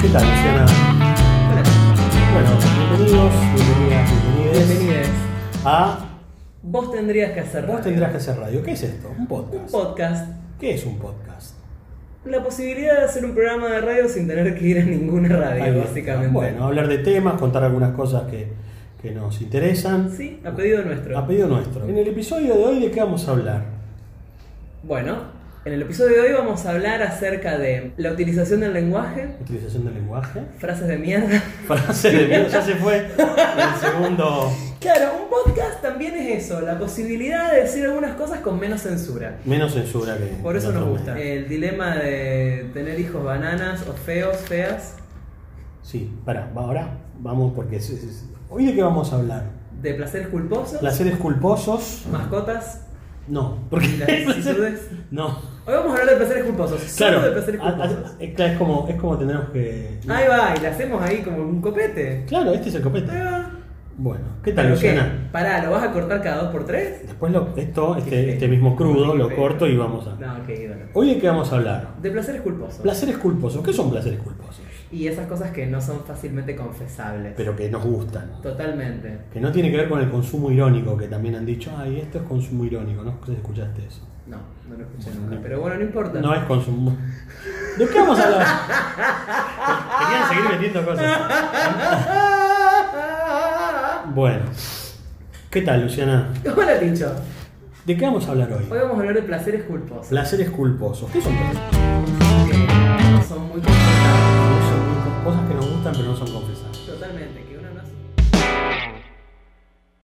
¿Qué tal, Luciana? Bueno, bienvenidos, bienvenidas, bienvenides Bienvenides. a Vos tendrías que hacer Vos radio. tendrás que hacer radio. ¿Qué es esto? Un un podcast. podcast. ¿Qué es un podcast? La posibilidad de hacer un programa de radio sin tener que ir a ninguna radio, Ahí va. básicamente. Bueno, hablar de temas, contar algunas cosas que, que nos interesan. Sí, a pedido nuestro. A pedido nuestro. En el episodio de hoy, ¿de qué vamos a hablar? Bueno, en el episodio de hoy vamos a hablar acerca de la utilización del lenguaje, Utilización del lenguaje. frases de mierda. Frase de miedo, ya se fue. El segundo. Claro, un podcast también es eso, la posibilidad de decir algunas cosas con menos censura. Menos censura que. Por eso que nos otro gusta. medio. El dilema de tener hijos bananas o feos, feas, Sí, pará, va, ahora vamos porque. es- es- es- ¿Hoy de qué vamos a hablar? de placeres culposos, ¿Placeres culposos? mascotas No. y las Porque. vicisitudes. No. Hoy vamos a hablar de placeres culposos, Claro, solo de placeres a- a- culposos. eh, claro, es como, es como tendremos que. Ahí va, y la hacemos ahí como un copete. Claro, este es el Ahí copete. va. Bueno, ¿qué tal, ¿Pero qué? Luciana? Pará, ¿lo vas a cortar cada dos por tres? Después lo, esto, este, Qué este mismo crudo, Qué lo feo. corto y vamos a. No, qué ídolo. ¿Hoy de qué vamos a hablar? De placeres culposos. Placeres culposos. ¿Qué son placeres culposos? y esas cosas que no son fácilmente confesables. Pero que nos gustan. Totalmente. Que no tiene que ver con el consumo irónico, que también han dicho, ay, esto es consumo irónico, no sé si escuchaste eso. No, no lo escuché Bueno, nunca. no. Pero bueno, no importa. No es consumo. ¿De qué vamos a hablar? Querían seguir metiendo cosas. Bueno, ¿qué tal, Luciana? Hola, Ticho. ¿De qué vamos a hablar Hoy hoy? vamos a hablar de placeres culposos. Placeres culposos. ¿Qué son placeres? Que no son muy confesables. culposos? Cosas que nos gustan pero no son confesadas.